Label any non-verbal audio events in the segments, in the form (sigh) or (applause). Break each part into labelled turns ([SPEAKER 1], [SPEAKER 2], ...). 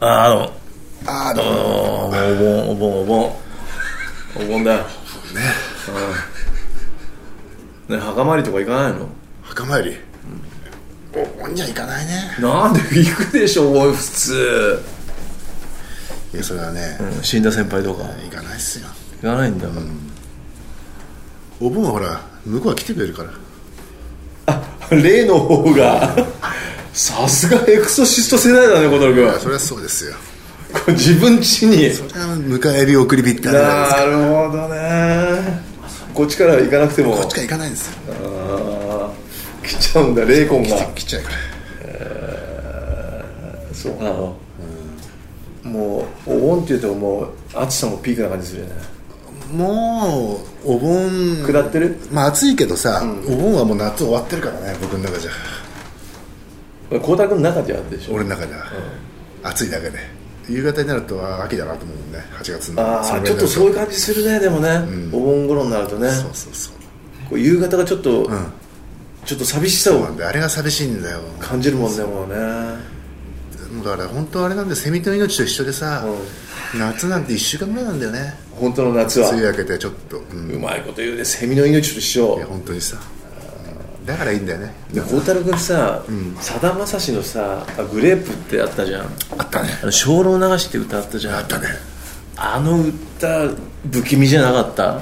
[SPEAKER 1] あの
[SPEAKER 2] ああどうも
[SPEAKER 1] お盆お盆お盆お盆だよ
[SPEAKER 2] ね
[SPEAKER 1] ね墓参りとか行かないの
[SPEAKER 2] 墓参りお盆には行かないね
[SPEAKER 1] なんで行くでしょお盆普通、
[SPEAKER 2] いやそれはね、
[SPEAKER 1] うん、死んだ先輩とか
[SPEAKER 2] 行かないっすよ
[SPEAKER 1] 行かないんだ、
[SPEAKER 2] お盆はほら向こうは来てくれるから
[SPEAKER 1] 例の方がさすがエクソシスト世代だね小
[SPEAKER 2] あ
[SPEAKER 1] 太
[SPEAKER 2] それはそうですよ
[SPEAKER 1] 郎君自分家に
[SPEAKER 2] それは迎え火送り火ってあるじゃないですか
[SPEAKER 1] なるほどねこっちから行かなくても
[SPEAKER 2] こっちから行かないんですよ
[SPEAKER 1] あー来ちゃうんだ霊魂が
[SPEAKER 2] 来ちゃうから
[SPEAKER 1] そうなの、もうお盆っていうともう暑さもピークな感じするよね
[SPEAKER 2] もうお盆
[SPEAKER 1] 下ってる
[SPEAKER 2] まあ暑いけどさ、お盆はもう夏終わってるからね僕の中じゃ
[SPEAKER 1] 光沢の中ではあるでしょ
[SPEAKER 2] 俺の中では、暑いだけで夕方になるとあ秋だなと思うもんね8月の
[SPEAKER 1] ああちょっとそういう感じするねでもね、お盆頃になるとね
[SPEAKER 2] そうそうそう
[SPEAKER 1] こう夕方がちょっと、ちょっと寂しさ
[SPEAKER 2] そう
[SPEAKER 1] を
[SPEAKER 2] なんだよあれが寂しいんだよ
[SPEAKER 1] 感じるもんねもうね
[SPEAKER 2] だから本当あれなんでセミの命と一緒でさ、夏なんて1週間ぐらいなんだよね
[SPEAKER 1] 本当の夏は
[SPEAKER 2] 梅雨明けてちょっと、うん、いう
[SPEAKER 1] まいこと言うねセミの命と一緒
[SPEAKER 2] や本当にさだからいいんだよね
[SPEAKER 1] で孝太郎君ささだまさしのさあ「グレープ」ってあったじゃん
[SPEAKER 2] あったね
[SPEAKER 1] あの「精霊流し」って歌あったじゃ
[SPEAKER 2] あ
[SPEAKER 1] ん
[SPEAKER 2] ったね
[SPEAKER 1] あの歌不気味じゃなかった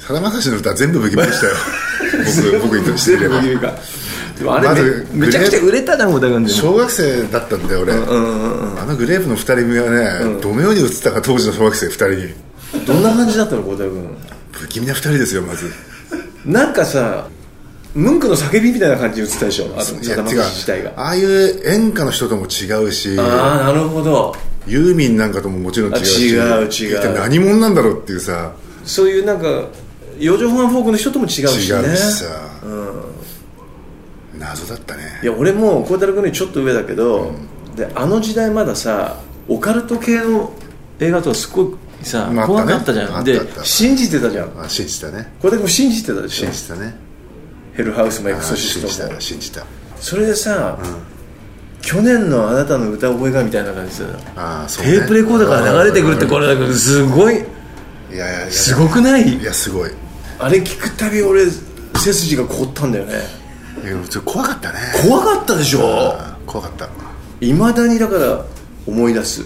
[SPEAKER 2] さだまさしの歌全部不気味で (laughs) したよ僕僕にとしてみれば
[SPEAKER 1] 不気味かでもあれ、
[SPEAKER 2] まず
[SPEAKER 1] めめちゃくちゃ売れたじゃん小田君でも
[SPEAKER 2] 小学生だったんだよ俺、あのグレープの2人組はね、どのように映ったか当時の小学生2人に
[SPEAKER 1] どんな感じだったの孝太郎君
[SPEAKER 2] 不気味な2人ですよまず
[SPEAKER 1] なんかさムンクの叫びみたいな感じに映ってたでしょあの
[SPEAKER 2] い
[SPEAKER 1] さ
[SPEAKER 2] や
[SPEAKER 1] だま
[SPEAKER 2] 違
[SPEAKER 1] さし自体
[SPEAKER 2] う
[SPEAKER 1] が
[SPEAKER 2] ああいう演歌の人とも違うし
[SPEAKER 1] ああなるほど
[SPEAKER 2] ユーミンなんかとももちろん違うし
[SPEAKER 1] あ違う違う
[SPEAKER 2] 一体何者なんだろうっていうさ
[SPEAKER 1] そういうなんか洋上ファンフォークの人とも違うし
[SPEAKER 2] 違
[SPEAKER 1] ね
[SPEAKER 2] うしさ、謎だったね
[SPEAKER 1] いや俺も孝太郎君よりちょっと上だけど、であの時代まださオカルト系の映画とかすごいさ、
[SPEAKER 2] まああったね
[SPEAKER 1] 怖かったじゃ
[SPEAKER 2] あ
[SPEAKER 1] ん
[SPEAKER 2] った
[SPEAKER 1] で
[SPEAKER 2] あった
[SPEAKER 1] 信じてたじゃん
[SPEAKER 2] あ信じたね
[SPEAKER 1] 孝太郎君信じてたでしょ
[SPEAKER 2] 信じたね
[SPEAKER 1] ヘルハウスもエクソシ
[SPEAKER 2] 信じ
[SPEAKER 1] ストも
[SPEAKER 2] た信じた
[SPEAKER 1] それでさ、去年のあなたの歌覚えがみたいな感じでさ
[SPEAKER 2] ああそう、ね、
[SPEAKER 1] テープレコードから流れてくるってこれだけどすごい
[SPEAKER 2] いやいやいや
[SPEAKER 1] すごくない
[SPEAKER 2] いやすごい
[SPEAKER 1] あれ聞くたび俺背筋が凍ったんだよね
[SPEAKER 2] いやちょっと怖かったね
[SPEAKER 1] 怖かったでしょ
[SPEAKER 2] あー怖かった
[SPEAKER 1] いまだにだから思い出す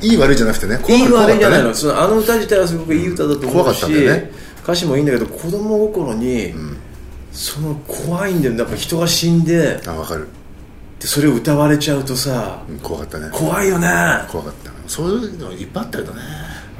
[SPEAKER 2] いい悪いじゃなくてね怖
[SPEAKER 1] いい
[SPEAKER 2] かった
[SPEAKER 1] 悪いじゃないの、
[SPEAKER 2] ね
[SPEAKER 1] そのあの歌自体はすごくいい歌だと
[SPEAKER 2] 怖
[SPEAKER 1] 思
[SPEAKER 2] か
[SPEAKER 1] う
[SPEAKER 2] った
[SPEAKER 1] し、
[SPEAKER 2] んだよね
[SPEAKER 1] 歌詞もいいんだけど子供心に、その怖いんだよなんか人が死んで
[SPEAKER 2] あ分かる、
[SPEAKER 1] でそれを歌われちゃうとさ
[SPEAKER 2] うん怖かったね
[SPEAKER 1] 怖いよね
[SPEAKER 2] 怖かったねそういうのいっぱいあったけどね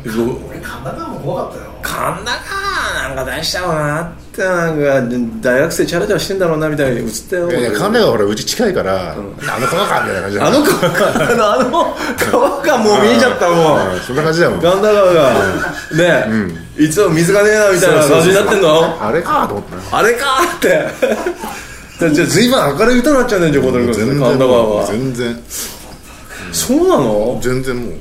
[SPEAKER 3] 俺神田川も怖かったよ
[SPEAKER 1] 神田がなんか大したろうなってなんか大学生チャラチャラしてんだろうなみたいに映ったよ
[SPEAKER 2] いやいや関連はほらうち近いから、あの川かみたいな感じだ
[SPEAKER 1] あ
[SPEAKER 2] ね
[SPEAKER 1] の子があの川がもう見えちゃったもん
[SPEAKER 2] うんそんな感じだもん
[SPEAKER 1] (laughs) 神田川がね、いつも水がねえなみたいな感じになってんの
[SPEAKER 2] あれかと思ったね
[SPEAKER 1] あれかーってじゃあじゃあ随分明るい歌になっちゃうねんじゃん小鳥君
[SPEAKER 2] 全
[SPEAKER 1] 神
[SPEAKER 2] 然
[SPEAKER 1] 田川は
[SPEAKER 2] 全然
[SPEAKER 1] そうなの
[SPEAKER 2] 全然もう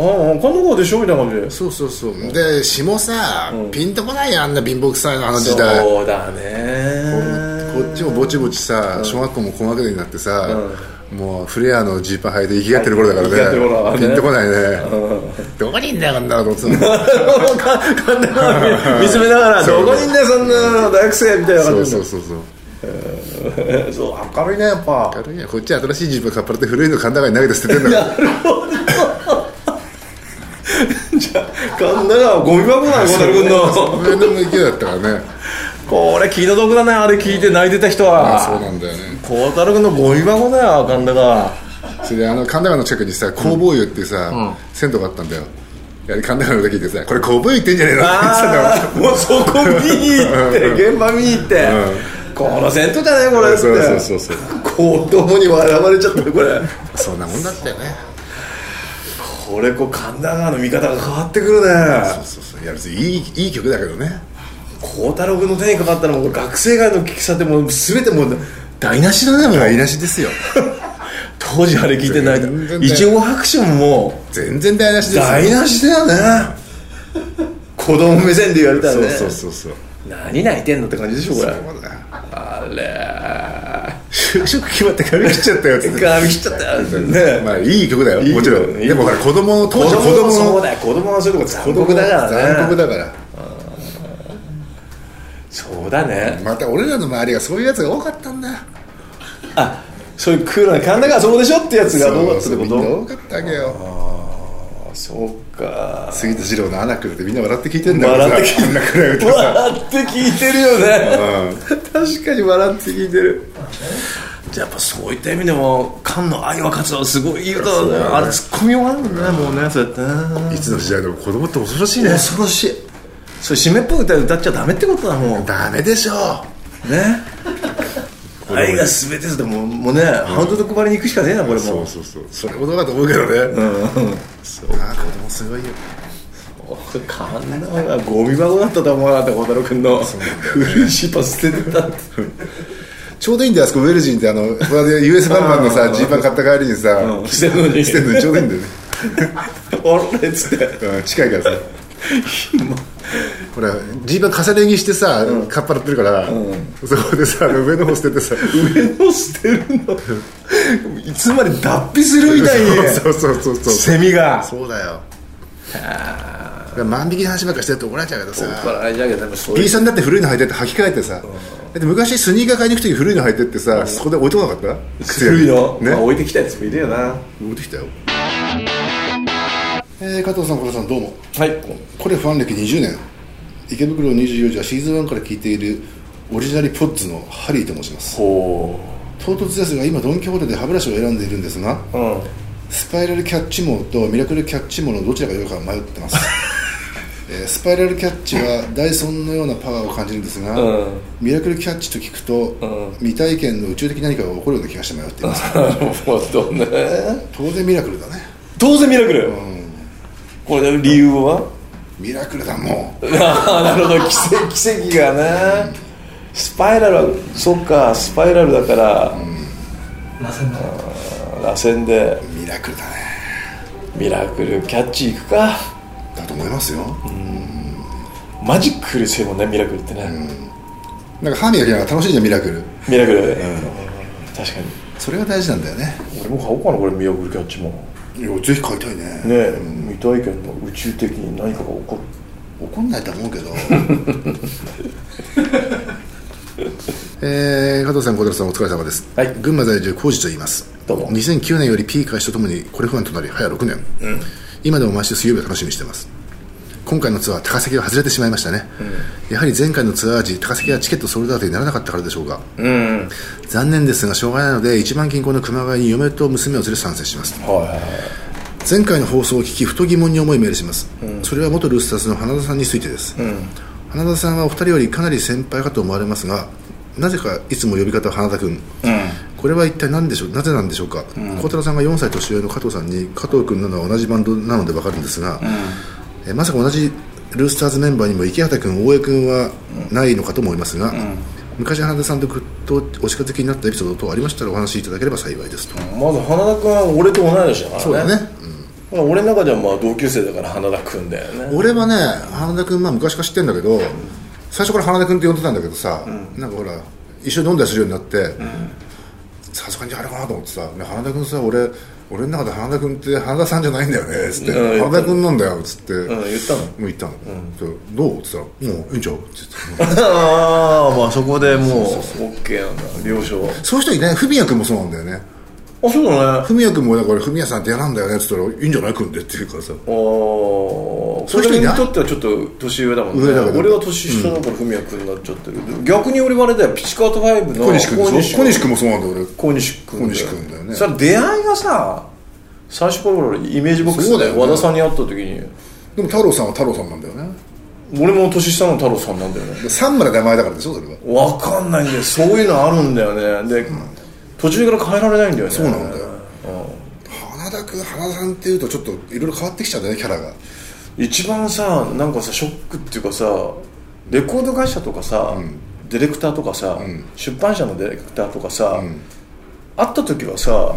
[SPEAKER 1] ああ神田川でしょみたいな感じで
[SPEAKER 2] そうそうそうで詩もさ、ピンとこないよあんな貧乏くさいのあの時代
[SPEAKER 1] そ
[SPEAKER 2] こ
[SPEAKER 1] うだね
[SPEAKER 2] っちもぼちぼちさ小学校も高学年になってさ、もうフレアのジーパン履いて生きがってる頃だからね
[SPEAKER 1] 生きがってる頃だからね
[SPEAKER 2] ピンとこないね、どこにいんだよこんなのと
[SPEAKER 1] (laughs)
[SPEAKER 2] 思ってた
[SPEAKER 1] 神田川見つめながら
[SPEAKER 2] そう
[SPEAKER 1] どこにいんだよそんな大学生みたいな
[SPEAKER 2] そ
[SPEAKER 1] 感
[SPEAKER 2] う
[SPEAKER 1] じ
[SPEAKER 2] そう
[SPEAKER 1] で
[SPEAKER 2] そうそう
[SPEAKER 1] そう明るいねやっぱ
[SPEAKER 2] 軽いねこっちは新しいジーパンかっぱらって古いの神田川に投げて捨ててんだから
[SPEAKER 1] じゃあ神田川ゴミ箱なの小鳥君の
[SPEAKER 2] これでも勢いだったからね
[SPEAKER 1] これ気の毒だねあれ聞いて泣いてた人
[SPEAKER 2] そう
[SPEAKER 1] は
[SPEAKER 2] なんだよね
[SPEAKER 1] 小太郎君のゴミ箱だよ神田川
[SPEAKER 2] それであの神田川の近くにさ工房湯っていうさ、銭湯があったんだよいや神田川の時聞いてさこれ工房湯行ってんじゃねえのって言ってたんだ
[SPEAKER 1] ああもうそこ見に行って現場見に行って、この銭湯じゃないこれっつって
[SPEAKER 2] そうそうそうそう
[SPEAKER 1] 子供に笑われちゃったよこれ
[SPEAKER 2] そんなもんだったよね
[SPEAKER 1] これこう神田川の見方が変わってくるね
[SPEAKER 2] そうそういや別にいいいい曲だけどね
[SPEAKER 1] 孝太郎君の手にかかったのも学生街の喫茶店も全てもう
[SPEAKER 2] 台無しだねもう台無しですよ
[SPEAKER 1] 当時あれ聞いてない
[SPEAKER 2] 全然ね
[SPEAKER 1] いちご白書もも
[SPEAKER 2] 全然台無し
[SPEAKER 1] う
[SPEAKER 2] ですよ
[SPEAKER 1] 台無しだよね子供目線で言われたらね
[SPEAKER 2] そうそうそうそう
[SPEAKER 1] 何泣いてんのって感じでしょこれ
[SPEAKER 2] そうだ
[SPEAKER 1] あれ
[SPEAKER 2] 就職決まって髪切っちゃったよっつっ
[SPEAKER 1] (laughs)
[SPEAKER 2] て
[SPEAKER 1] 髪切っちゃったよね
[SPEAKER 2] まあいい曲だよ
[SPEAKER 1] いい
[SPEAKER 2] もちろ
[SPEAKER 1] 曲
[SPEAKER 2] ん
[SPEAKER 1] いい曲
[SPEAKER 2] でもほら子供の
[SPEAKER 1] 子
[SPEAKER 2] 当時
[SPEAKER 1] 供
[SPEAKER 2] 子
[SPEAKER 1] のそう
[SPEAKER 2] 供の
[SPEAKER 1] だよ子供のそういうとこ残酷だからね
[SPEAKER 2] 残酷だから
[SPEAKER 1] そうだね
[SPEAKER 2] また俺らの周りがそういうやつが多かったんだ
[SPEAKER 1] あそういうクールな神田川そこでしょってやつがどうだったってこ
[SPEAKER 2] みんな
[SPEAKER 1] と
[SPEAKER 2] 多かったわけよ
[SPEAKER 1] あそうか
[SPEAKER 2] 杉田二郎の「アナクル」ってみんな笑って聞いてんだからさ
[SPEAKER 1] 笑って聞
[SPEAKER 2] あんな暗い歌さ
[SPEAKER 1] 笑って聞いてるよね
[SPEAKER 2] うん
[SPEAKER 1] 確かに笑って聞いてるじゃあやっぱそういった意味でも菅の愛は勝つはすごいいい歌だねあれツッコミもあるもんねもうねそうやってね
[SPEAKER 2] いつの時代でも子供って恐ろしいね
[SPEAKER 1] 恐ろしいそれ締めっぽい歌歌っちゃダメってことだもんね
[SPEAKER 2] ダメでしょこれも
[SPEAKER 1] 愛が全てですでももうねハンドド配りに行くしかねえなこれ
[SPEAKER 2] そ
[SPEAKER 1] も
[SPEAKER 2] うそうそうそれもどうかと思うけどねそうああ子供すごいよ
[SPEAKER 1] 神田がゴミ箱だったとは思わなかった孝太郎君の古いシーパー捨ててたって
[SPEAKER 2] ちょうどいいんだよあそこウェルジンってあのこの間 US バンバンのさジーパン買った帰りにさ
[SPEAKER 1] 捨てるのに
[SPEAKER 2] 捨てるのにちょうどいいんだよね
[SPEAKER 1] 俺っつ (laughs) って
[SPEAKER 2] うん近いからさほらジーパン重ね着してさかっぱらってるからそこでさあの上の方捨ててさ
[SPEAKER 1] 上の捨てるのつまり脱皮するみたいに
[SPEAKER 2] (laughs) そうそうそうそう
[SPEAKER 1] セミが
[SPEAKER 2] そうだよだから万引きの話ばっかしてると怒られちゃうけどさ
[SPEAKER 1] 怒られちゃうけどでもそういう
[SPEAKER 2] B さんだって古いの履いてって履き替えてさだって昔スニーカー買いに行く時古いの履いてってさそこで置いとかなかっ
[SPEAKER 1] (laughs)
[SPEAKER 2] た
[SPEAKER 1] 古いの、
[SPEAKER 2] ね
[SPEAKER 1] まあ、置いてきたやつもいるよなは
[SPEAKER 2] 持ってきたよ、えー加藤さん小田さんどうも
[SPEAKER 1] い
[SPEAKER 2] これファン歴20年池袋24時はシーズン1から聞いているオリジナルポッズのハリーと申します
[SPEAKER 1] ほ
[SPEAKER 2] 唐突ですが今ドン・キホーテで歯ブラシを選んでいるんですが
[SPEAKER 1] う (laughs) うん
[SPEAKER 2] スパイラルキャッチ網とミラクルキャッチ網のどちらが良いか迷ってますえースパイラルキャッチはダイソンのようなパワーを感じるんですが、
[SPEAKER 1] うん
[SPEAKER 2] ミラクルキャッチと聞くと、未体験の宇宙的何かが起こるような気がして迷っています
[SPEAKER 1] なるほどね
[SPEAKER 2] 当然ミラクルだね
[SPEAKER 1] 当然ミラクル、これ理由は
[SPEAKER 2] ミラクルだもう
[SPEAKER 1] ああ (laughs) なるほど奇跡奇跡がねスパイラルはそっかスパイラルだから、
[SPEAKER 3] 螺旋だ
[SPEAKER 1] 螺旋で
[SPEAKER 2] ミラクルだね
[SPEAKER 1] ミラクルキャッチいくか
[SPEAKER 2] だと思いますよ、
[SPEAKER 1] マジックですよねミラクルってね、
[SPEAKER 2] なんか歯磨きながら楽しいじゃんミラクル
[SPEAKER 1] ミラクル、確かに
[SPEAKER 2] それが大事なんだよね
[SPEAKER 1] 俺も買おうかなこれミラクルキャッチも
[SPEAKER 2] いやぜひ買いたいね
[SPEAKER 1] ねえ、未体験の宇宙的に何かが起こる
[SPEAKER 2] 怒んないと思うけど (laughs) えー、加藤さん、小田さん、お疲れ様です。
[SPEAKER 1] はい
[SPEAKER 2] 群馬在住、浩二と言います。
[SPEAKER 1] どうも
[SPEAKER 2] 2009年よりピーク開始とともに、これ不安となり、早6年。今でも毎週水曜日を楽しみにしています。今回のツアー、高崎は外れてしまいましたね。やはり前回のツアー時、高崎はチケットソールドアウトにならなかったからでしょうが。残念ですが、しょうがないので、一番近郊の熊谷に嫁と娘を連れ参戦します。
[SPEAKER 1] は
[SPEAKER 2] 前回の放送を聞きふと疑問に思いメールします、それは元ルースターズの花田さんについてです、花田さんはお二人よりかなり先輩かと思われますがなぜかいつも呼び方は花田君、これは一体何でしょうなぜなんでしょうか孝、太郎さんが4歳年上の加藤さんに加藤君なのは同じバンドなので分かるんですが、えまさか同じルースターズメンバーにも池畑君大江君はないのかと思いますが、昔花田さんとぐっとお近づきになったエピソード等ありましたらお話しいただければ幸いですと、
[SPEAKER 1] いまず花田君は俺と同い年だからね
[SPEAKER 2] そうだね
[SPEAKER 1] まあ俺の中ではまあ同級生だから花田君だよね
[SPEAKER 2] 俺はね花田君まあ昔から知ってんだけど最初から花田君って呼んでたんだけどさ、なんかほら一緒に飲んだりするようになってさすがにあれかなと思ってさ、ね、花田君さ俺俺の中で花田君って花田さんじゃないんだよねっつって、
[SPEAKER 1] うん
[SPEAKER 2] 花田君なんだよっつって、
[SPEAKER 1] うん言 (laughs) ったの
[SPEAKER 2] もう言ったの、でどうっつったら「もういいんちゃう?」っつって
[SPEAKER 1] ああまあそこでもうオッケーなんだ了承あ
[SPEAKER 2] そういう人いない文也君もそうなんだよね
[SPEAKER 1] そうだね
[SPEAKER 2] 文也君もだから文也さんって嫌なんだよねっつったら「いいんじゃない君で」って言うからさ
[SPEAKER 1] お
[SPEAKER 2] そう
[SPEAKER 1] そ
[SPEAKER 2] いう人
[SPEAKER 1] れ
[SPEAKER 2] い
[SPEAKER 1] に
[SPEAKER 2] ない
[SPEAKER 1] とってはちょっと年上だもんね
[SPEAKER 2] 上だから
[SPEAKER 1] 俺は年下だから文也君になっちゃってる、逆に俺はあれだよピチカート5の
[SPEAKER 2] 小西君でしょ小
[SPEAKER 1] 君
[SPEAKER 2] 西君もそうなんだよ俺
[SPEAKER 1] 小西君
[SPEAKER 2] 小西君だよね
[SPEAKER 1] それ出会いがさ最初から俺イメージボック
[SPEAKER 2] そ
[SPEAKER 1] ス
[SPEAKER 2] うだよ
[SPEAKER 1] で
[SPEAKER 2] ね
[SPEAKER 1] 和田さんに会った時に
[SPEAKER 2] でも太郎さんは太郎さんなんだよね
[SPEAKER 1] 俺も年下の太郎さんなんだよね
[SPEAKER 2] で三村名前だからでしょそれは
[SPEAKER 1] わかんないんだよそういうのあるんだよねで、途中から変えられないんだよねそう
[SPEAKER 2] なんだよ花田君花田さんっていうとちょっといろいろ変わってきちゃうんだよねキャラが
[SPEAKER 1] 一番さなんかさショックっていうかさレコード会社とかさ、ディレクターとかさ、出版社のディレクターとかさ、会った時はさ、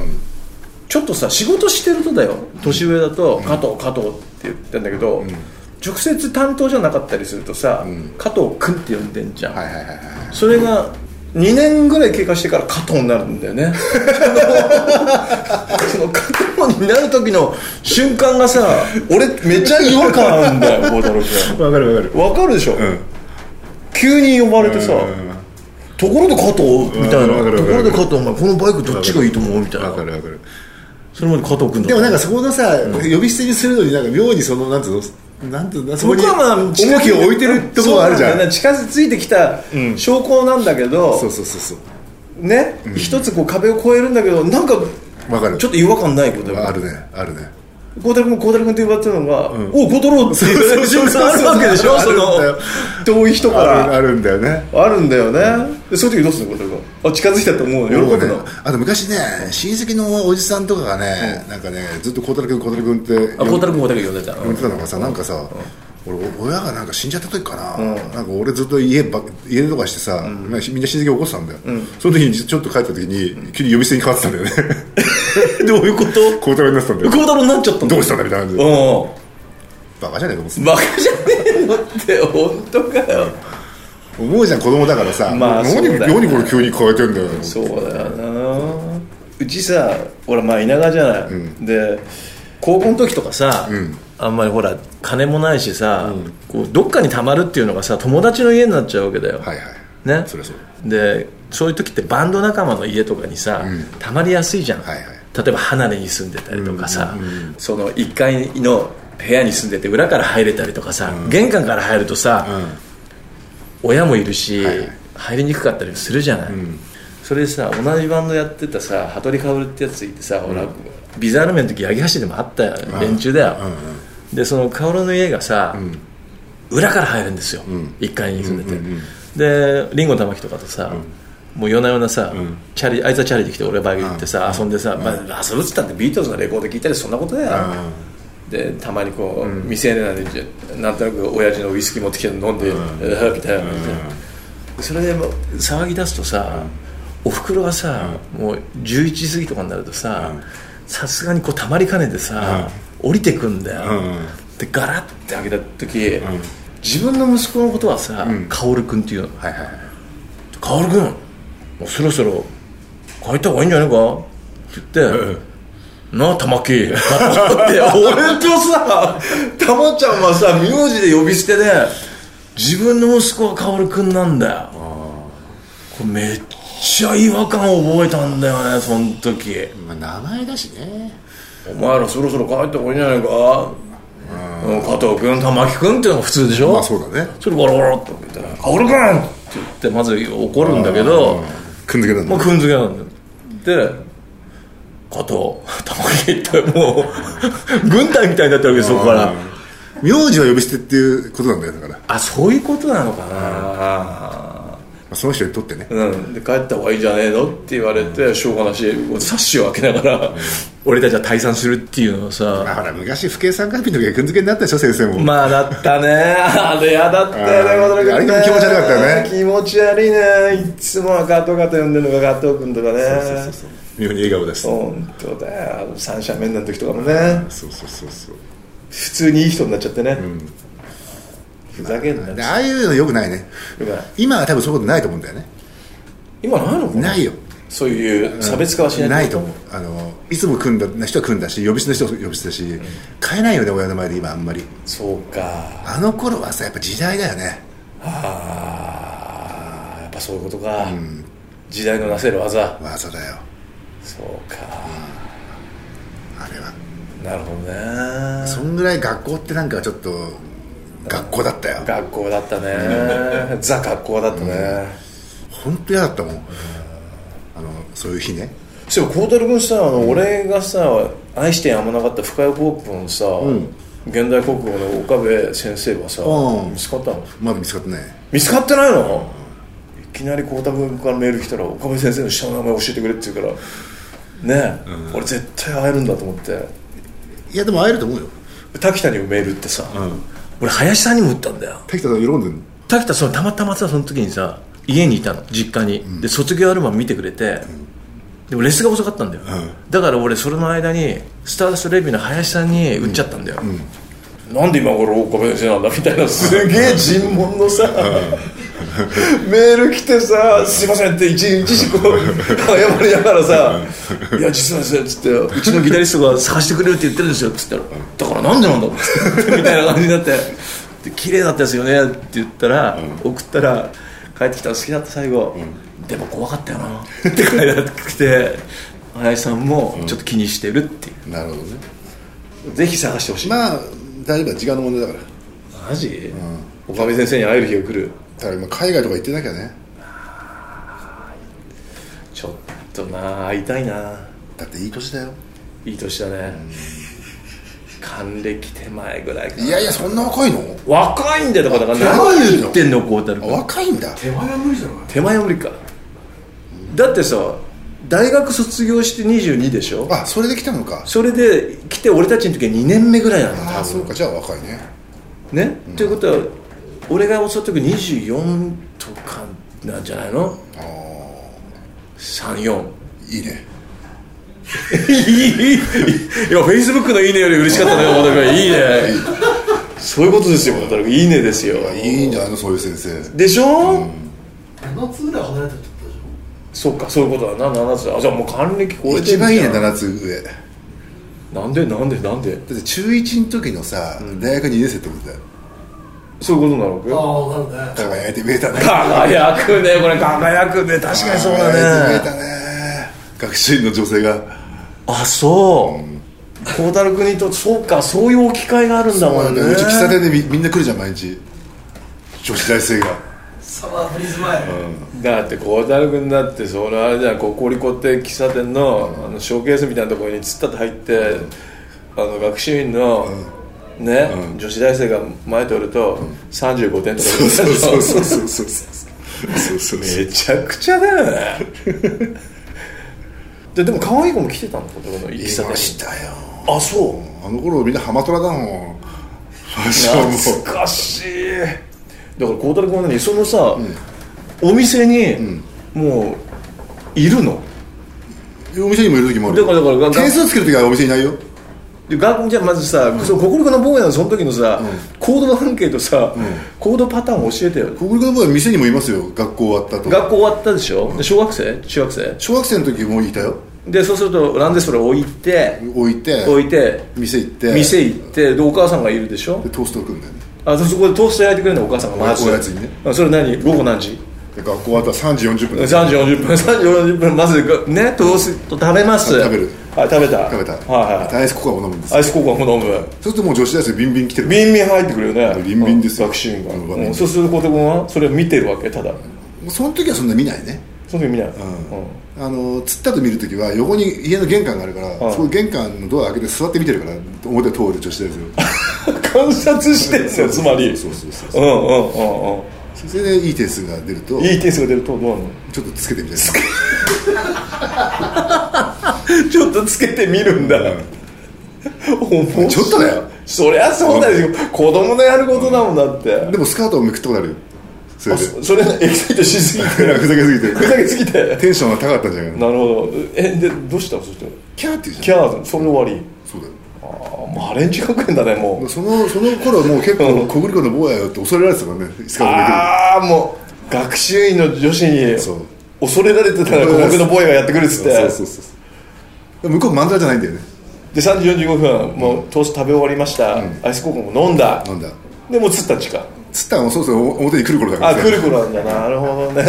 [SPEAKER 1] ちょっとさ仕事してるとだよ年上だと、加藤加藤って言ってんだけど、直接担当じゃなかったりするとさ、加藤君って呼んでんじゃん、
[SPEAKER 2] はいはいはいはい
[SPEAKER 1] それが2年ぐらい経過してから加藤になるんだよ
[SPEAKER 2] (laughs)
[SPEAKER 1] ねその加藤になる時の瞬間がさ俺めっちゃ違和感あるん
[SPEAKER 2] (laughs)
[SPEAKER 1] だよ孝太郎君
[SPEAKER 2] わかるわかる
[SPEAKER 1] わかるでしょ、
[SPEAKER 2] うん
[SPEAKER 1] 急に呼ばれてさ、ところで加藤みたいな
[SPEAKER 2] うんわかるわかる
[SPEAKER 1] ところで加藤お前このバイクどっちがいいと思うみたいな
[SPEAKER 2] わかるわかる
[SPEAKER 1] それまで加藤君だ
[SPEAKER 2] でもなんかそこのさ、呼び捨てにするのになんか妙にそのなんつうのなんつうのそこに
[SPEAKER 1] 僕はまあ
[SPEAKER 2] 重きを置いてるとこがあるじゃん
[SPEAKER 1] そうなんだよね近づいてきた証拠なんだけど、
[SPEAKER 2] そうそうそうそう
[SPEAKER 1] ね、一つこう壁を越えるんだけどなんか
[SPEAKER 2] わかる
[SPEAKER 1] ちょっと違和感ないこと
[SPEAKER 2] あ
[SPEAKER 1] よ
[SPEAKER 2] るねあるね
[SPEAKER 1] 孝太郎君孝太郎君って呼ばれてるのが「おう孝太郎」って言われる瞬間あるわけでしょそ
[SPEAKER 2] そ
[SPEAKER 1] う
[SPEAKER 2] そうそう
[SPEAKER 1] の
[SPEAKER 2] そう
[SPEAKER 1] 遠い人か
[SPEAKER 2] ある
[SPEAKER 1] ら
[SPEAKER 2] あるんだよね
[SPEAKER 1] あるんだよねでそういう時どうするの孝太郎君あ近づいたと思うの喜ぶ
[SPEAKER 2] もう
[SPEAKER 1] の
[SPEAKER 2] ねあと昔ね親戚のおじさんとかがね、なんかねずっと孝太郎君孝太郎君って
[SPEAKER 1] あ孝太郎君孝太郎君呼んでたの
[SPEAKER 2] 呼んでたのがさなんかさ、俺親がなんか死んじゃった時かな、なんか俺ずっと家ば家出とかしてさ、なんかみんな親戚起こってたんだよ、その時にちょっと帰った時に急に呼び捨てに変わってたんだよね
[SPEAKER 1] (laughs) どういうこと
[SPEAKER 2] 孝太郎になってたんだよ
[SPEAKER 1] 孝太郎になっちゃったの
[SPEAKER 2] どうしたんだみたいな感じで
[SPEAKER 1] う
[SPEAKER 2] バカじゃねえと思って
[SPEAKER 1] んバカじゃねえのって本当かよ
[SPEAKER 2] た思うじゃん子供だからさ、
[SPEAKER 1] まあ
[SPEAKER 2] 何
[SPEAKER 1] そうだよね
[SPEAKER 2] 何これ急に変えてんだよ
[SPEAKER 1] そうだよなうちさ俺まあ田舎じゃない、で高校の時とかさ、あんまりほら金もないしさ、こうどっかに貯まるっていうのがさ友達の家になっちゃうわけだよ、
[SPEAKER 2] はいはい
[SPEAKER 1] ね
[SPEAKER 2] そりゃそう
[SPEAKER 1] でそういう時ってバンド仲間の家とかにさ、たまりやすいじゃん、
[SPEAKER 2] はいはい
[SPEAKER 1] 例えば離れに住んでたりとかさ、その1階の部屋に住んでて裏から入れたりとかさ、玄関から入るとさ、親もいるし、
[SPEAKER 2] はいはい
[SPEAKER 1] 入りにくかったりするじゃない、それでさ同じバンドやってたさ羽鳥薫ってやついてさ、俺ビザールメンの時八木橋でもあったよ連中だよ、でその薫の家がさ、裏から入るんですよ、1階に住んでて、でリンゴ玉木とかとさ、もう夜な夜なさ、チャリあいつはチャリで来て俺はバイクで行ってさ、遊んでさ、まあ、遊ぶっつったってビートルズのレコード聞いたりそんなことだよ、でたまにこう、未成年なんでじゃなんとなく親父のウイスキー持ってきて飲んで、えーみたいな感じで、それでもう騒ぎ出すとさ、おふくろがさ、もう11時過ぎとかになるとささすがにこうたまりかねてさ、降りてくんだよ、でガラッて開けた時、自分の息子のことはさ薫、君っていうの
[SPEAKER 2] はいはいはい
[SPEAKER 1] 薫君もうそろそろ帰った方がいいんじゃないかって言って、なあ玉 (laughs) 木って俺とさ玉ちゃんはさ名字で呼び捨てで自分の息子は薫君なんだよこれめっちゃ違和感覚えたんだよねその時
[SPEAKER 2] まあ、名前だしね
[SPEAKER 1] お前らそろそろ帰った方がいいんじゃないかうん加藤君玉木君っていうのが普通でしょ、
[SPEAKER 2] まあそうだね
[SPEAKER 1] それゴロゴロっと見たら「薫君!」って言ってまず怒るんだけど
[SPEAKER 2] くんづけなん
[SPEAKER 1] も
[SPEAKER 2] だ
[SPEAKER 1] うくんづけなんだよで加藤玉木ってもう
[SPEAKER 2] (laughs)
[SPEAKER 1] 軍隊みたいになってるわけですそこから
[SPEAKER 2] 名字は呼び捨てっていうことなんだよだから、ま
[SPEAKER 1] あそういうことなのかな
[SPEAKER 2] あ、その人にとってね
[SPEAKER 1] うん、で帰った方がいいんじゃねえのって言われてしょうがなしこうサッシを開けながら俺たちは退散するっていうのを
[SPEAKER 2] あ
[SPEAKER 1] さ
[SPEAKER 2] ほら昔父兄三回避の時はくんづけになったでしょ先生も、
[SPEAKER 1] まあだったねあれやだったよね
[SPEAKER 2] あー
[SPEAKER 1] 小太郎君
[SPEAKER 2] あれでも気持ち悪かったよね
[SPEAKER 1] 気持ち悪いねいつもは加藤かと呼んでるのが加藤君とかね
[SPEAKER 2] そうそう妙に笑顔だし
[SPEAKER 1] 本当だよあの三者面談の時とかもね
[SPEAKER 2] そうそうそうそう
[SPEAKER 1] 普通にいい人になっちゃってね、ふざけんな
[SPEAKER 2] でああいうのよくないね
[SPEAKER 1] よくない
[SPEAKER 2] 今は多分そういうことないと思うんだよね
[SPEAKER 1] 今ないのかな
[SPEAKER 2] ないよ
[SPEAKER 1] そういう差別化はしない
[SPEAKER 2] ないと思うあのいつも組んだ人は組んだし呼び捨ての人は呼び捨てだし、変えないよね親の前で今あんまり
[SPEAKER 1] そうか
[SPEAKER 2] あの頃はさやっぱ時代だよね
[SPEAKER 1] あーやっぱそういうことか、時代のなせる技
[SPEAKER 2] 技だよ
[SPEAKER 1] そうか
[SPEAKER 2] あれは
[SPEAKER 1] なるほどね
[SPEAKER 2] そんぐらい学校ってなんかちょっと学校だったよ
[SPEAKER 1] 学校だった (laughs) ねザ学校だったね、
[SPEAKER 2] 本当嫌だったもん、あのそういう日ね
[SPEAKER 1] そう孝太郎君さあの、俺がさ愛してやまなかった深谷ポップのさ、現代国語の岡部先生がさ、
[SPEAKER 2] うん
[SPEAKER 1] 見つかったの
[SPEAKER 2] まだ見つかってない
[SPEAKER 1] 見つかってないの、いきなり孝太君からメール来たら岡部先生の下の名前教えてくれって言うからねえ、俺絶対会えるんだと思って
[SPEAKER 2] いやでも会えると思うよ
[SPEAKER 1] 滝田にもメールってさ、俺林さんにも打ったんだよ
[SPEAKER 2] 滝田さん喜んでる
[SPEAKER 1] 滝田そのたまたまさその時にさ家にいたの実家に、で卒業アルバム見てくれて、でもレスが遅かったんだよ、だから俺それの間にスターダストレビューの林さんに売っちゃったんだよ、なんで今頃岡部先生なんだみたいなすげえ尋問のさ、メール来てさ「すいません」って一日こう謝りながらさ「いや実はですね」っつって「うちのギタリストが探してくれるって言ってるんですよ」っつったら「だからなんでなんだろう」みたいな感じになって「で綺麗だったですよね」って言ったら、送ったら帰ってきたら好きだった最後、でも怖かったよな」って書いてあってきて林さんもちょっと気にしてるっていう、
[SPEAKER 2] なるほどね
[SPEAKER 1] ぜひ探してほしい、
[SPEAKER 2] まあ大丈夫だ時間の問題だから
[SPEAKER 1] マジ、おかみ先生に会える日が来る
[SPEAKER 2] だから今海外とか行ってなきゃね
[SPEAKER 1] ちょっとな会いたいな
[SPEAKER 2] だっていい年だよ
[SPEAKER 1] いい年だね還暦手前ぐらいかない
[SPEAKER 2] やいやそんな若いの
[SPEAKER 1] 若いんだよだからだから
[SPEAKER 2] 若いの
[SPEAKER 1] 何言ってんのこうたる
[SPEAKER 2] あ若いんだ
[SPEAKER 3] 手前は無理じゃない
[SPEAKER 1] 手前は無理かだってさ大学卒業して22でしょ
[SPEAKER 2] あそれで来たのか
[SPEAKER 1] それで来て俺たちの時は2年目ぐらいなの
[SPEAKER 2] あ
[SPEAKER 1] 多
[SPEAKER 2] あそう
[SPEAKER 1] 分
[SPEAKER 2] かじゃあ若いね
[SPEAKER 1] ねということは俺が襲った時24とかなんじゃないの
[SPEAKER 2] ああ
[SPEAKER 1] 34
[SPEAKER 2] いいね
[SPEAKER 1] いいいや、フェイスブックのいいねより嬉しかったね、小田君。いいね。そういうことですよ、小田君。いいねですよ。
[SPEAKER 2] いいんじゃないのそういう先生
[SPEAKER 1] でしょ、
[SPEAKER 3] 7つぐらい離れてるってことでし
[SPEAKER 1] そっか、そういうことだな、7つ。あ、じゃあもう還暦超えて
[SPEAKER 2] 一
[SPEAKER 1] んじゃん
[SPEAKER 2] 番いいね7つ上だ
[SPEAKER 1] なんで、なんで、なんで。
[SPEAKER 2] って中1の時のさ大学2年生ってことだよ
[SPEAKER 1] そういうことなのか
[SPEAKER 3] ょああなるね
[SPEAKER 2] 輝いて見え (laughs) たね
[SPEAKER 1] 輝くね、これ輝くね。確かにそう
[SPEAKER 2] 輝
[SPEAKER 1] だ
[SPEAKER 2] い
[SPEAKER 1] ね。
[SPEAKER 2] て見えたね学習院の女性が
[SPEAKER 1] あ、そう。孝太郎君にとって、そうか、そういう置き換えがあるんだもんね。
[SPEAKER 2] うち喫茶店でみみんな来るじゃん毎日女子大生が
[SPEAKER 3] サマーフリーズ前
[SPEAKER 1] だって孝太郎君だってそのあれじゃんココリコって喫茶店の,、あのショーケースみたいなところに突っ立って入って、あの学習院の、ね、女子大生が前通ると、35点とか
[SPEAKER 2] そうそうそうそう (laughs) そうそうそうそう
[SPEAKER 1] めちゃくちゃだよね (laughs) ででも可愛い子も来てたの子供の喫茶
[SPEAKER 2] いま
[SPEAKER 1] 店
[SPEAKER 2] し
[SPEAKER 1] に
[SPEAKER 2] たよ
[SPEAKER 1] あそ
[SPEAKER 2] あの頃みんなハマトラだもんファッション
[SPEAKER 1] う
[SPEAKER 2] も
[SPEAKER 1] 懐かしいだから孝太郎君は何そのさ、お店に、もういるの
[SPEAKER 2] お店にもいる時もある
[SPEAKER 1] だからだからが
[SPEAKER 2] 点数つける時はお店いないよ
[SPEAKER 1] でがじゃあまずさ、その心の坊やのその時のさ、コードアンケートさ、コードパターン教えてよ
[SPEAKER 2] 国立の方は店にもいますよ学校終わったと
[SPEAKER 1] 学校終わったでしょ、で小学生中学生
[SPEAKER 2] 小学生の時もいたよ
[SPEAKER 1] でそうするとランデストラ置いて、
[SPEAKER 2] 置いて
[SPEAKER 1] 置いて
[SPEAKER 2] 店行って
[SPEAKER 1] 店行ってでお母さんがいるでしょ
[SPEAKER 2] でトーストを食うんだよね
[SPEAKER 1] あそそこでトースト焼いてくれるのお母さんがまず
[SPEAKER 2] おやつにね
[SPEAKER 1] あそれ何午後何時
[SPEAKER 2] で学校終わったら3時40分だよ
[SPEAKER 1] 3時40分3時40分まずねトースト食べます
[SPEAKER 2] あ食べる
[SPEAKER 1] あ食べた
[SPEAKER 2] 食べた
[SPEAKER 1] はいはい
[SPEAKER 2] アイスココアを飲むんです
[SPEAKER 1] アイスココアも飲む
[SPEAKER 2] そうするともう女子大生ビンビン来てる
[SPEAKER 1] ビンビン入ってくるよね
[SPEAKER 2] ビンビンですよ
[SPEAKER 1] 学習院が、
[SPEAKER 2] うん
[SPEAKER 1] うんそうすると子供はそれを見てるわけただ
[SPEAKER 2] もうその時はそんな見ないね
[SPEAKER 1] その時見ない、うん
[SPEAKER 2] あの釣ったと見るときは横に家の玄関があるから、
[SPEAKER 1] ん
[SPEAKER 2] そこ玄関のドア開けて座って見てるから表通る女子ですよ
[SPEAKER 1] 観察して (laughs) るんですよつまり
[SPEAKER 2] そうそうそう
[SPEAKER 1] うんうんうんうん
[SPEAKER 2] それでいい点数が出ると
[SPEAKER 1] いい点数が出るとどうなの
[SPEAKER 2] ちょっとつけてみたい
[SPEAKER 1] ちょっとつけてみるんだ、
[SPEAKER 2] な、うん
[SPEAKER 1] 面白い
[SPEAKER 2] ちょっとだよ
[SPEAKER 1] そりゃそうだよ、子供のやることだもんだって、
[SPEAKER 2] (laughs) でもスカートをめくったことあるよそれで
[SPEAKER 1] そそれエキサイトしすぎ
[SPEAKER 2] (laughs)
[SPEAKER 1] て
[SPEAKER 2] ふざけすぎて
[SPEAKER 1] ふざけすぎて
[SPEAKER 2] テンションが高かったんじゃないの
[SPEAKER 1] なるほどえでどうしたのそして
[SPEAKER 2] キャーって言うじ
[SPEAKER 1] キ
[SPEAKER 2] ゃん
[SPEAKER 1] ャーそれで終わり
[SPEAKER 2] そうだよ
[SPEAKER 1] あーもうアレンジ学園だねもう
[SPEAKER 2] そのその頃はもう結構小栗子の坊やよって恐れられてたからねスカー
[SPEAKER 1] ああもう学習院の女子に
[SPEAKER 2] そう
[SPEAKER 1] 恐れられてたら
[SPEAKER 2] うん
[SPEAKER 1] 僕のボーイがやってくるっつ
[SPEAKER 2] ト
[SPEAKER 1] っ
[SPEAKER 2] で
[SPEAKER 1] て
[SPEAKER 2] 来るそうそうそうそう向こう漫才じゃないんだよね
[SPEAKER 1] で3時45分もうトースト食べ終わりました、アイスコーンも飲んだ、
[SPEAKER 2] なんだ
[SPEAKER 1] でもう釣った時間
[SPEAKER 2] 釣ったらもうそろそろ表に来る頃だから
[SPEAKER 1] あ来る頃なんだなるほどね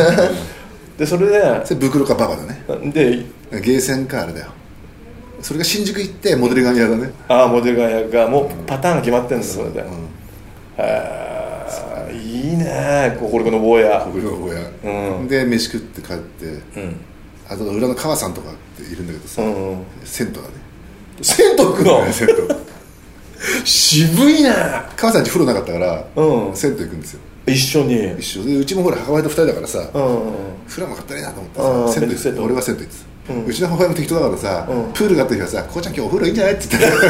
[SPEAKER 1] でそれで
[SPEAKER 2] それ袋かバカだね
[SPEAKER 1] で
[SPEAKER 2] ゲーセンかあれだよそれが新宿行ってモデルガニアだね
[SPEAKER 1] ああモデルガンやがもうパターンが決まってるんですそれで、へえいいねここれこの坊や
[SPEAKER 2] 僕の親、
[SPEAKER 1] う
[SPEAKER 2] で飯食って帰って、あと裏の川さんとかっているんだけどさ、
[SPEAKER 1] うんうん
[SPEAKER 2] 銭湯だね
[SPEAKER 1] 銭湯行くの
[SPEAKER 2] 銭湯
[SPEAKER 1] 渋いね
[SPEAKER 2] 川さんち風呂なかったから、
[SPEAKER 1] うん
[SPEAKER 2] 銭湯行くんですよ
[SPEAKER 1] 一緒にうん
[SPEAKER 2] 一緒でうちもほら母親と二人だからさ、
[SPEAKER 1] うん
[SPEAKER 2] 風呂も買ったらいいなと思
[SPEAKER 1] あ
[SPEAKER 2] って
[SPEAKER 1] あ
[SPEAKER 2] さ銭湯行
[SPEAKER 1] 銭
[SPEAKER 2] っ
[SPEAKER 1] 湯
[SPEAKER 2] て俺は銭湯行ってた、うちの母親も適当だからさ、プールがあった時はさ「こうちゃん今日お風呂いいんじゃない?」って言って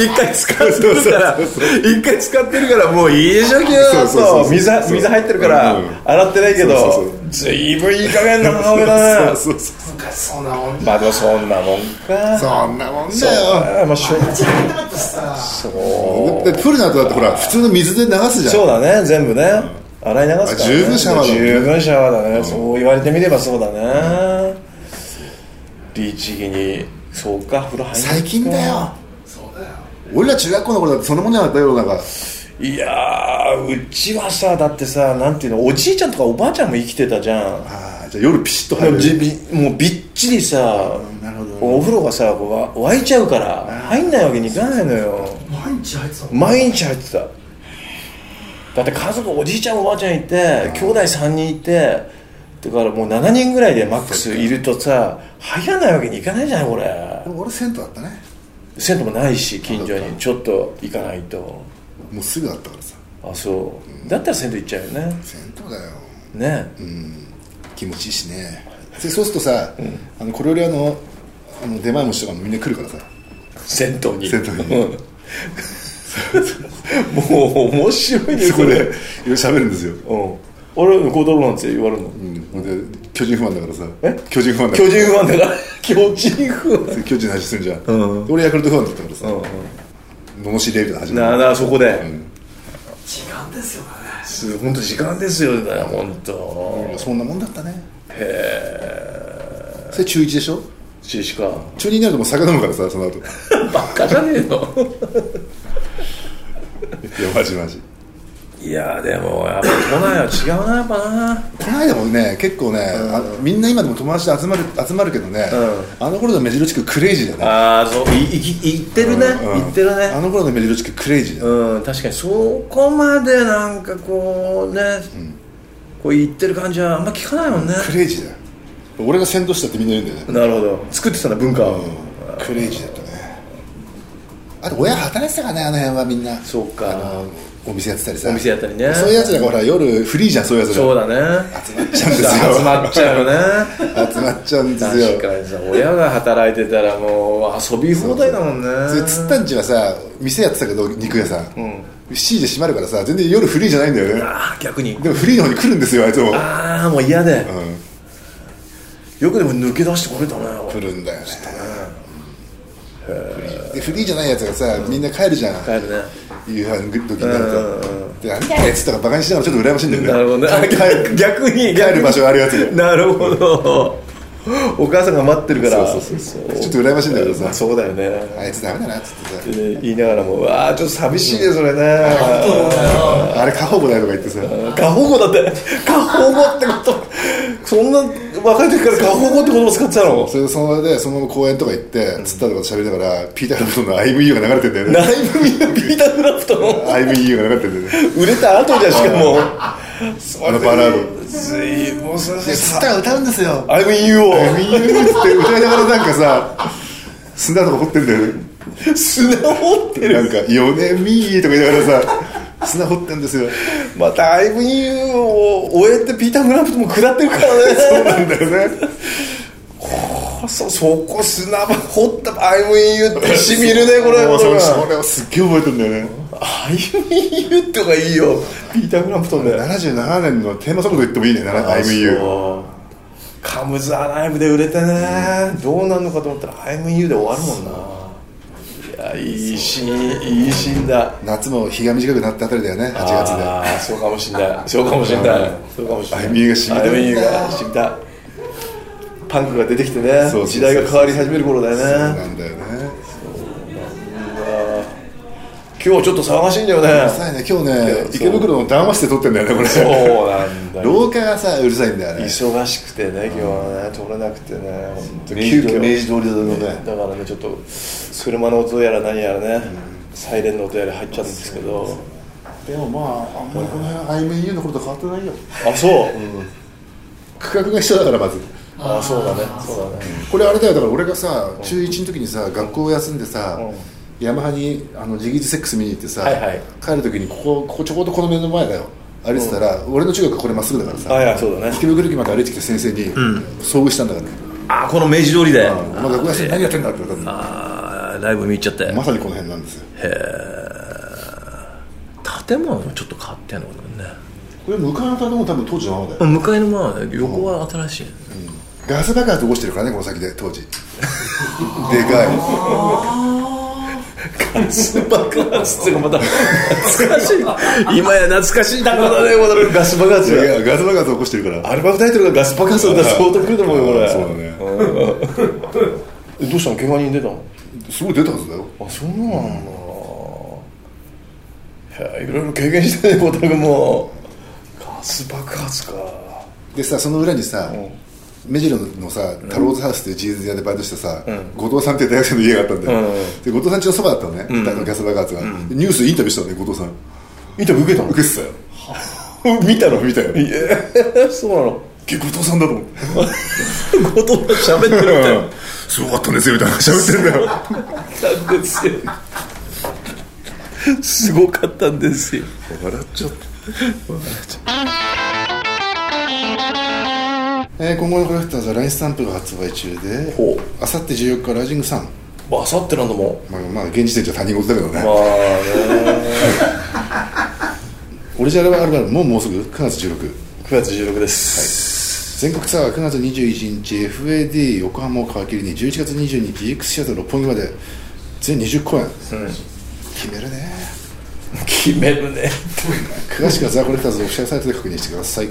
[SPEAKER 1] 一回使ってるから一回使ってるからもういいでしょキュ
[SPEAKER 2] そうそ
[SPEAKER 1] ー
[SPEAKER 2] うそうそ
[SPEAKER 1] と
[SPEAKER 2] う
[SPEAKER 1] 水水入ってるから
[SPEAKER 2] うんうん
[SPEAKER 1] 洗ってないけ
[SPEAKER 2] そうそう
[SPEAKER 1] どずいぶんいい加減な母親だね
[SPEAKER 2] そうそうそう
[SPEAKER 3] 昔そんなもん
[SPEAKER 1] まあでもそんなもんか
[SPEAKER 2] そんなもん
[SPEAKER 1] そう
[SPEAKER 2] だよ
[SPEAKER 1] まあしょう
[SPEAKER 3] 立ち上がなかったしさ
[SPEAKER 1] そう
[SPEAKER 2] でプールの後だってほら普通の水で流すじゃん
[SPEAKER 1] そうだね全部ね、洗い流すから、ね、
[SPEAKER 2] あ十分シャワーだね
[SPEAKER 1] 十分シャワーだね、そう言われてみればそうだね、リーチギにそうか風呂入んないか
[SPEAKER 2] 最近だよ
[SPEAKER 3] そうだよ
[SPEAKER 2] 俺ら中学校の頃だってそのもんじゃなかったよなんか
[SPEAKER 1] いやーうちはさだってさなんていうのおじいちゃんとかおばあちゃんも生きてたじゃん
[SPEAKER 2] ああじゃあ夜ピシッと入
[SPEAKER 1] もうじ
[SPEAKER 2] る
[SPEAKER 1] びもうびっちりさ
[SPEAKER 2] なるほど
[SPEAKER 1] お風呂がさこうわ湧いちゃうから入んないわけにいかないのよ
[SPEAKER 3] 毎日入ってたの
[SPEAKER 1] 毎日入ってただって家族おじいちゃんおばあちゃんいて兄弟3人いてだからもう7人ぐらいでマックスいるとさ入らないわけにいかないじゃないこれ
[SPEAKER 2] 俺銭湯だったね
[SPEAKER 1] 銭湯もないし近所にちょっと行かないと
[SPEAKER 2] もうすぐだったからさ
[SPEAKER 1] あそうだったら銭湯行っちゃうよね
[SPEAKER 2] 銭湯だよ
[SPEAKER 1] ね
[SPEAKER 2] 気持ちいいしねでそうするとさ、あのこれよりあのあの出前虫とかもみんな来るからさ
[SPEAKER 1] 銭湯に
[SPEAKER 2] 銭湯に
[SPEAKER 1] うん (laughs) もう面白いね
[SPEAKER 2] そこでいろいろ喋るんですよ、
[SPEAKER 1] うん俺の行動なんて言われるの
[SPEAKER 2] うん、で巨人不安だからさ
[SPEAKER 1] え
[SPEAKER 2] 巨人不安だか
[SPEAKER 1] 巨
[SPEAKER 2] ら
[SPEAKER 1] 人ファンだから (laughs) 巨人ファン
[SPEAKER 2] 巨人の話するじゃん、
[SPEAKER 1] うん
[SPEAKER 2] で俺ヤクルトファンだったからさ、
[SPEAKER 1] うん
[SPEAKER 2] 罵りレベルで
[SPEAKER 1] う
[SPEAKER 2] 始
[SPEAKER 1] ん
[SPEAKER 2] め
[SPEAKER 1] なあ
[SPEAKER 2] る
[SPEAKER 1] なあそこで、
[SPEAKER 3] 時間ですよね
[SPEAKER 1] す本当時間ですよね本当
[SPEAKER 2] そんなもんだったねへえそれ中1でしょ
[SPEAKER 1] 中止か
[SPEAKER 2] 中2になるともう酒飲むからさその後いや
[SPEAKER 1] バカじゃねえの
[SPEAKER 2] マジマジ
[SPEAKER 1] いやでもやっぱ都内は違うなやっぱな
[SPEAKER 2] この間もね結構ね、あみんな今でも友達で集まる集まるけどね、あの頃の目白地区クレイジーだね
[SPEAKER 1] ああそういいき行ってるね
[SPEAKER 2] うん
[SPEAKER 1] 行ってる
[SPEAKER 2] あ
[SPEAKER 1] ね
[SPEAKER 2] の頃の目白地区クレイジーだね、
[SPEAKER 1] うん確かにそこまでなんかこうねこう言ってる感じはあんま聞かないもんね
[SPEAKER 2] クレイジーだよ俺が先導したってみんな言うんだよね、
[SPEAKER 1] なるほど作ってたな文化を
[SPEAKER 2] うんクレイジーだったねあと親働いてたからねあの辺はみんな
[SPEAKER 1] そう
[SPEAKER 2] あ
[SPEAKER 1] か
[SPEAKER 2] のお店やってたりさ
[SPEAKER 1] お店やったりね
[SPEAKER 2] そういうやつらがほら夜フリーじゃんそういうやつら
[SPEAKER 1] そうだね
[SPEAKER 2] 集まっちゃうんですよ
[SPEAKER 1] 集まっちゃうよね
[SPEAKER 2] 集まっちゃうんですよ
[SPEAKER 1] 確かにさ親が働いてたらもう遊び放題だもんね
[SPEAKER 2] それ釣ったんちはさ店やってたけど肉屋さん、7時で閉まるからさ全然夜フリーじゃないんだよね
[SPEAKER 1] ああ逆に
[SPEAKER 2] でもフリーの方に来るんですよあいつも、う
[SPEAKER 1] ああもう嫌で
[SPEAKER 2] ん、
[SPEAKER 1] よくでも抜け出してこれたね
[SPEAKER 2] 来るんだよねでフリーじゃないやつがさみんな帰るじゃん
[SPEAKER 1] 帰るね
[SPEAKER 2] 夕飯時になる
[SPEAKER 1] うん
[SPEAKER 2] とで何だよっつったからバカにしながらちょっと羨ましいんだよね
[SPEAKER 1] なるほどねあ
[SPEAKER 2] 帰
[SPEAKER 1] 逆
[SPEAKER 2] る
[SPEAKER 1] (laughs) 逆に
[SPEAKER 2] 帰る場所があるやつが
[SPEAKER 1] なるほどお母さんが待ってるから
[SPEAKER 2] そうそうそうそうちょっと羨ましいんだけどさ
[SPEAKER 1] まあそうだよね
[SPEAKER 2] あいつダメだなっつってさ
[SPEAKER 1] で言いながらもうわあちょっと寂しいねそれね
[SPEAKER 2] あれ過保護だよとか言ってさ
[SPEAKER 1] 過保護だって過保護ってことそんな若い時から過保護って言葉使ってたの
[SPEAKER 2] それでその場でそのまま公園とか行って釣ったとか喋りながらピーター・ラブトンの IVU が流れてんだよね
[SPEAKER 1] ライブみんなピーター・クラプトン
[SPEAKER 2] IVU が流れてんだよね
[SPEAKER 1] 売れた後じゃんしかも
[SPEAKER 2] あのバラード
[SPEAKER 1] ずいぶんそれ
[SPEAKER 2] で釣ったら歌うんですよ
[SPEAKER 1] アイム・ユーを
[SPEAKER 2] IVU って歌いながらなんかさ砂とか掘ってんだよね
[SPEAKER 1] 砂掘って
[SPEAKER 2] な
[SPEAKER 1] る
[SPEAKER 2] んか「ヨネミー」とか言いながらさ砂掘ってんですよ
[SPEAKER 1] またアイム・ユーを終えてピーター・グランプトンも下ってるからね
[SPEAKER 2] なんだよね
[SPEAKER 1] そそこ砂場掘ったアイム・ユーってしみるねこれ
[SPEAKER 2] もうそれそれをすっげえ覚えてんだよね
[SPEAKER 1] アイム・ユーとかいいよピーター・グランプトンで
[SPEAKER 2] 77年のテーマソングと言ってもいいね「
[SPEAKER 1] あ
[SPEAKER 2] IVU
[SPEAKER 1] そうカムズ・アライブで売れてね、どうなるのかと思ったらアイム・ユーで終わるもんないやいいシーンいいシーンだ」
[SPEAKER 2] 夏も日が短くなったあたりだよね8月で
[SPEAKER 1] あーそうかもしんないそうかもしんないそうかもしんない
[SPEAKER 2] 歩みが染みた
[SPEAKER 1] 歩みが染みたパンクが出てきてね
[SPEAKER 2] そうそうそう
[SPEAKER 1] 時代が変わり始める頃だよ
[SPEAKER 2] そう
[SPEAKER 1] ね
[SPEAKER 2] なんだよね
[SPEAKER 1] 今日ちょっと騒がしいんだよね
[SPEAKER 2] さあね今日ね池袋の談話室で撮ってんだよねこれ
[SPEAKER 1] そうなんだ
[SPEAKER 2] 廊下がさうるさいんだよね
[SPEAKER 1] 忙しくてね今日はね取れなくてね本当
[SPEAKER 2] 急遽明
[SPEAKER 1] 急
[SPEAKER 2] 治通りだので
[SPEAKER 1] だからねちょっと車の音やら何やらね、サイレンの音やら入っちゃうんですけど
[SPEAKER 2] でもまああんまりこの辺 IMU の頃と変わってないよ
[SPEAKER 1] あそう、
[SPEAKER 2] 区画が一緒だからまず
[SPEAKER 1] あそうだねそうだね
[SPEAKER 2] これあれだよだから俺がさ中1の時にさ学校休んでさ、ヤマハにあのジギーズセックス見に行ってさ、
[SPEAKER 1] はいはい
[SPEAKER 2] 帰る時にここここちょこっとこの目の前だよ歩いてたら、俺の中学はこれまっすぐだからさ
[SPEAKER 1] あいやそうだね
[SPEAKER 2] 池袋駅まで歩いてきた先生に遭遇したんだからね、
[SPEAKER 1] あこの明治通りで
[SPEAKER 2] お前学校休んで何やってんだって言われたんだ
[SPEAKER 1] あーライブ見入っちゃって
[SPEAKER 2] まさにこの辺なんですよ
[SPEAKER 1] 建物もちょっと変わってんのかなね
[SPEAKER 2] これ向かいの建物多分当時のままだよ
[SPEAKER 1] 向かいのまあね横は新しいね、
[SPEAKER 2] ガス爆
[SPEAKER 1] (laughs)
[SPEAKER 2] 発起こしてるからねこの先で当時でかい
[SPEAKER 1] 爆発っていうかまた懐かしい今や懐かしい単語だねこのガス爆
[SPEAKER 2] い
[SPEAKER 1] 発
[SPEAKER 2] やいやガス爆発起こしてるから
[SPEAKER 1] アルバムタイトルがガス爆発だったら相当くると思うよこ
[SPEAKER 2] あ
[SPEAKER 1] れ
[SPEAKER 2] ーそうだね
[SPEAKER 1] えどうしたの怪我人出たの
[SPEAKER 2] すごい出たはずだよ
[SPEAKER 1] あそうなんだ、いやいろいろ経験したね孝太君もガス爆発か
[SPEAKER 2] でさその裏にさ、目白のさ太郎ズハウスっていうジーンズ屋でバイトしてさ、後藤さんっていう大学生の家があったんだよ、で後藤さん家のそばだったのね、だからガス爆発が、ニュースインタビューしたのね後藤さん
[SPEAKER 1] 見た受けたの
[SPEAKER 2] 受けてたよ (laughs) 見たの見たよ
[SPEAKER 1] いやそうなの
[SPEAKER 2] 結構後藤さんだと思 (laughs) って
[SPEAKER 1] 後藤さん喋ってるみたいな
[SPEAKER 2] すごかったんですよみたいな喋ってんだよ
[SPEAKER 1] なんですよ (laughs) すごかったんですよ
[SPEAKER 2] 笑っちゃったえー今後のコレクターズは LINE スタンプが発売中で
[SPEAKER 1] ほう
[SPEAKER 2] あさって14日ライジングサン
[SPEAKER 1] あさってなんだもん
[SPEAKER 2] まあまあ現時点じゃ他人事だけどね、
[SPEAKER 1] まあね
[SPEAKER 2] オリジナルアルバムももうすぐ9月16
[SPEAKER 1] 9月16です、
[SPEAKER 2] 全国ツアーは9月21日 FAD 横浜を皮切りに11月22日 EX シアター六本木まで全20公演決めるね
[SPEAKER 1] 決める (laughs) ね
[SPEAKER 2] 詳しくはザ・コレクターズオフィシャルサイトで確認してください、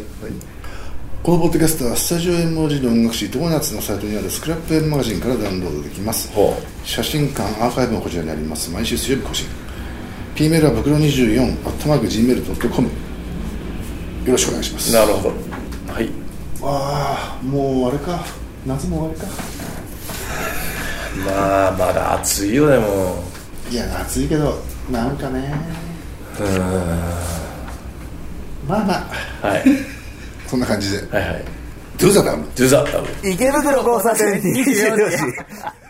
[SPEAKER 2] このポッドキャストはスタジオ M 文字の音楽誌ドーナツのサイトにあるスクラップ M マガジンからダウンロードできます
[SPEAKER 1] ほ
[SPEAKER 2] 写真館アーカイブもこちらにあります毎週水曜日更新 P メールは袋24アットマーク Gmail.com よろしくお願いします
[SPEAKER 1] なるほどはい
[SPEAKER 2] ああもうあれか夏も終わりか
[SPEAKER 1] まあまだ暑いよでも
[SPEAKER 2] いや暑いけどなんかねまあまあ
[SPEAKER 1] はい
[SPEAKER 2] そんな感じで
[SPEAKER 1] はいはい
[SPEAKER 2] 「Do the d a m
[SPEAKER 1] ドゥザダブル
[SPEAKER 4] 池袋交差点24時。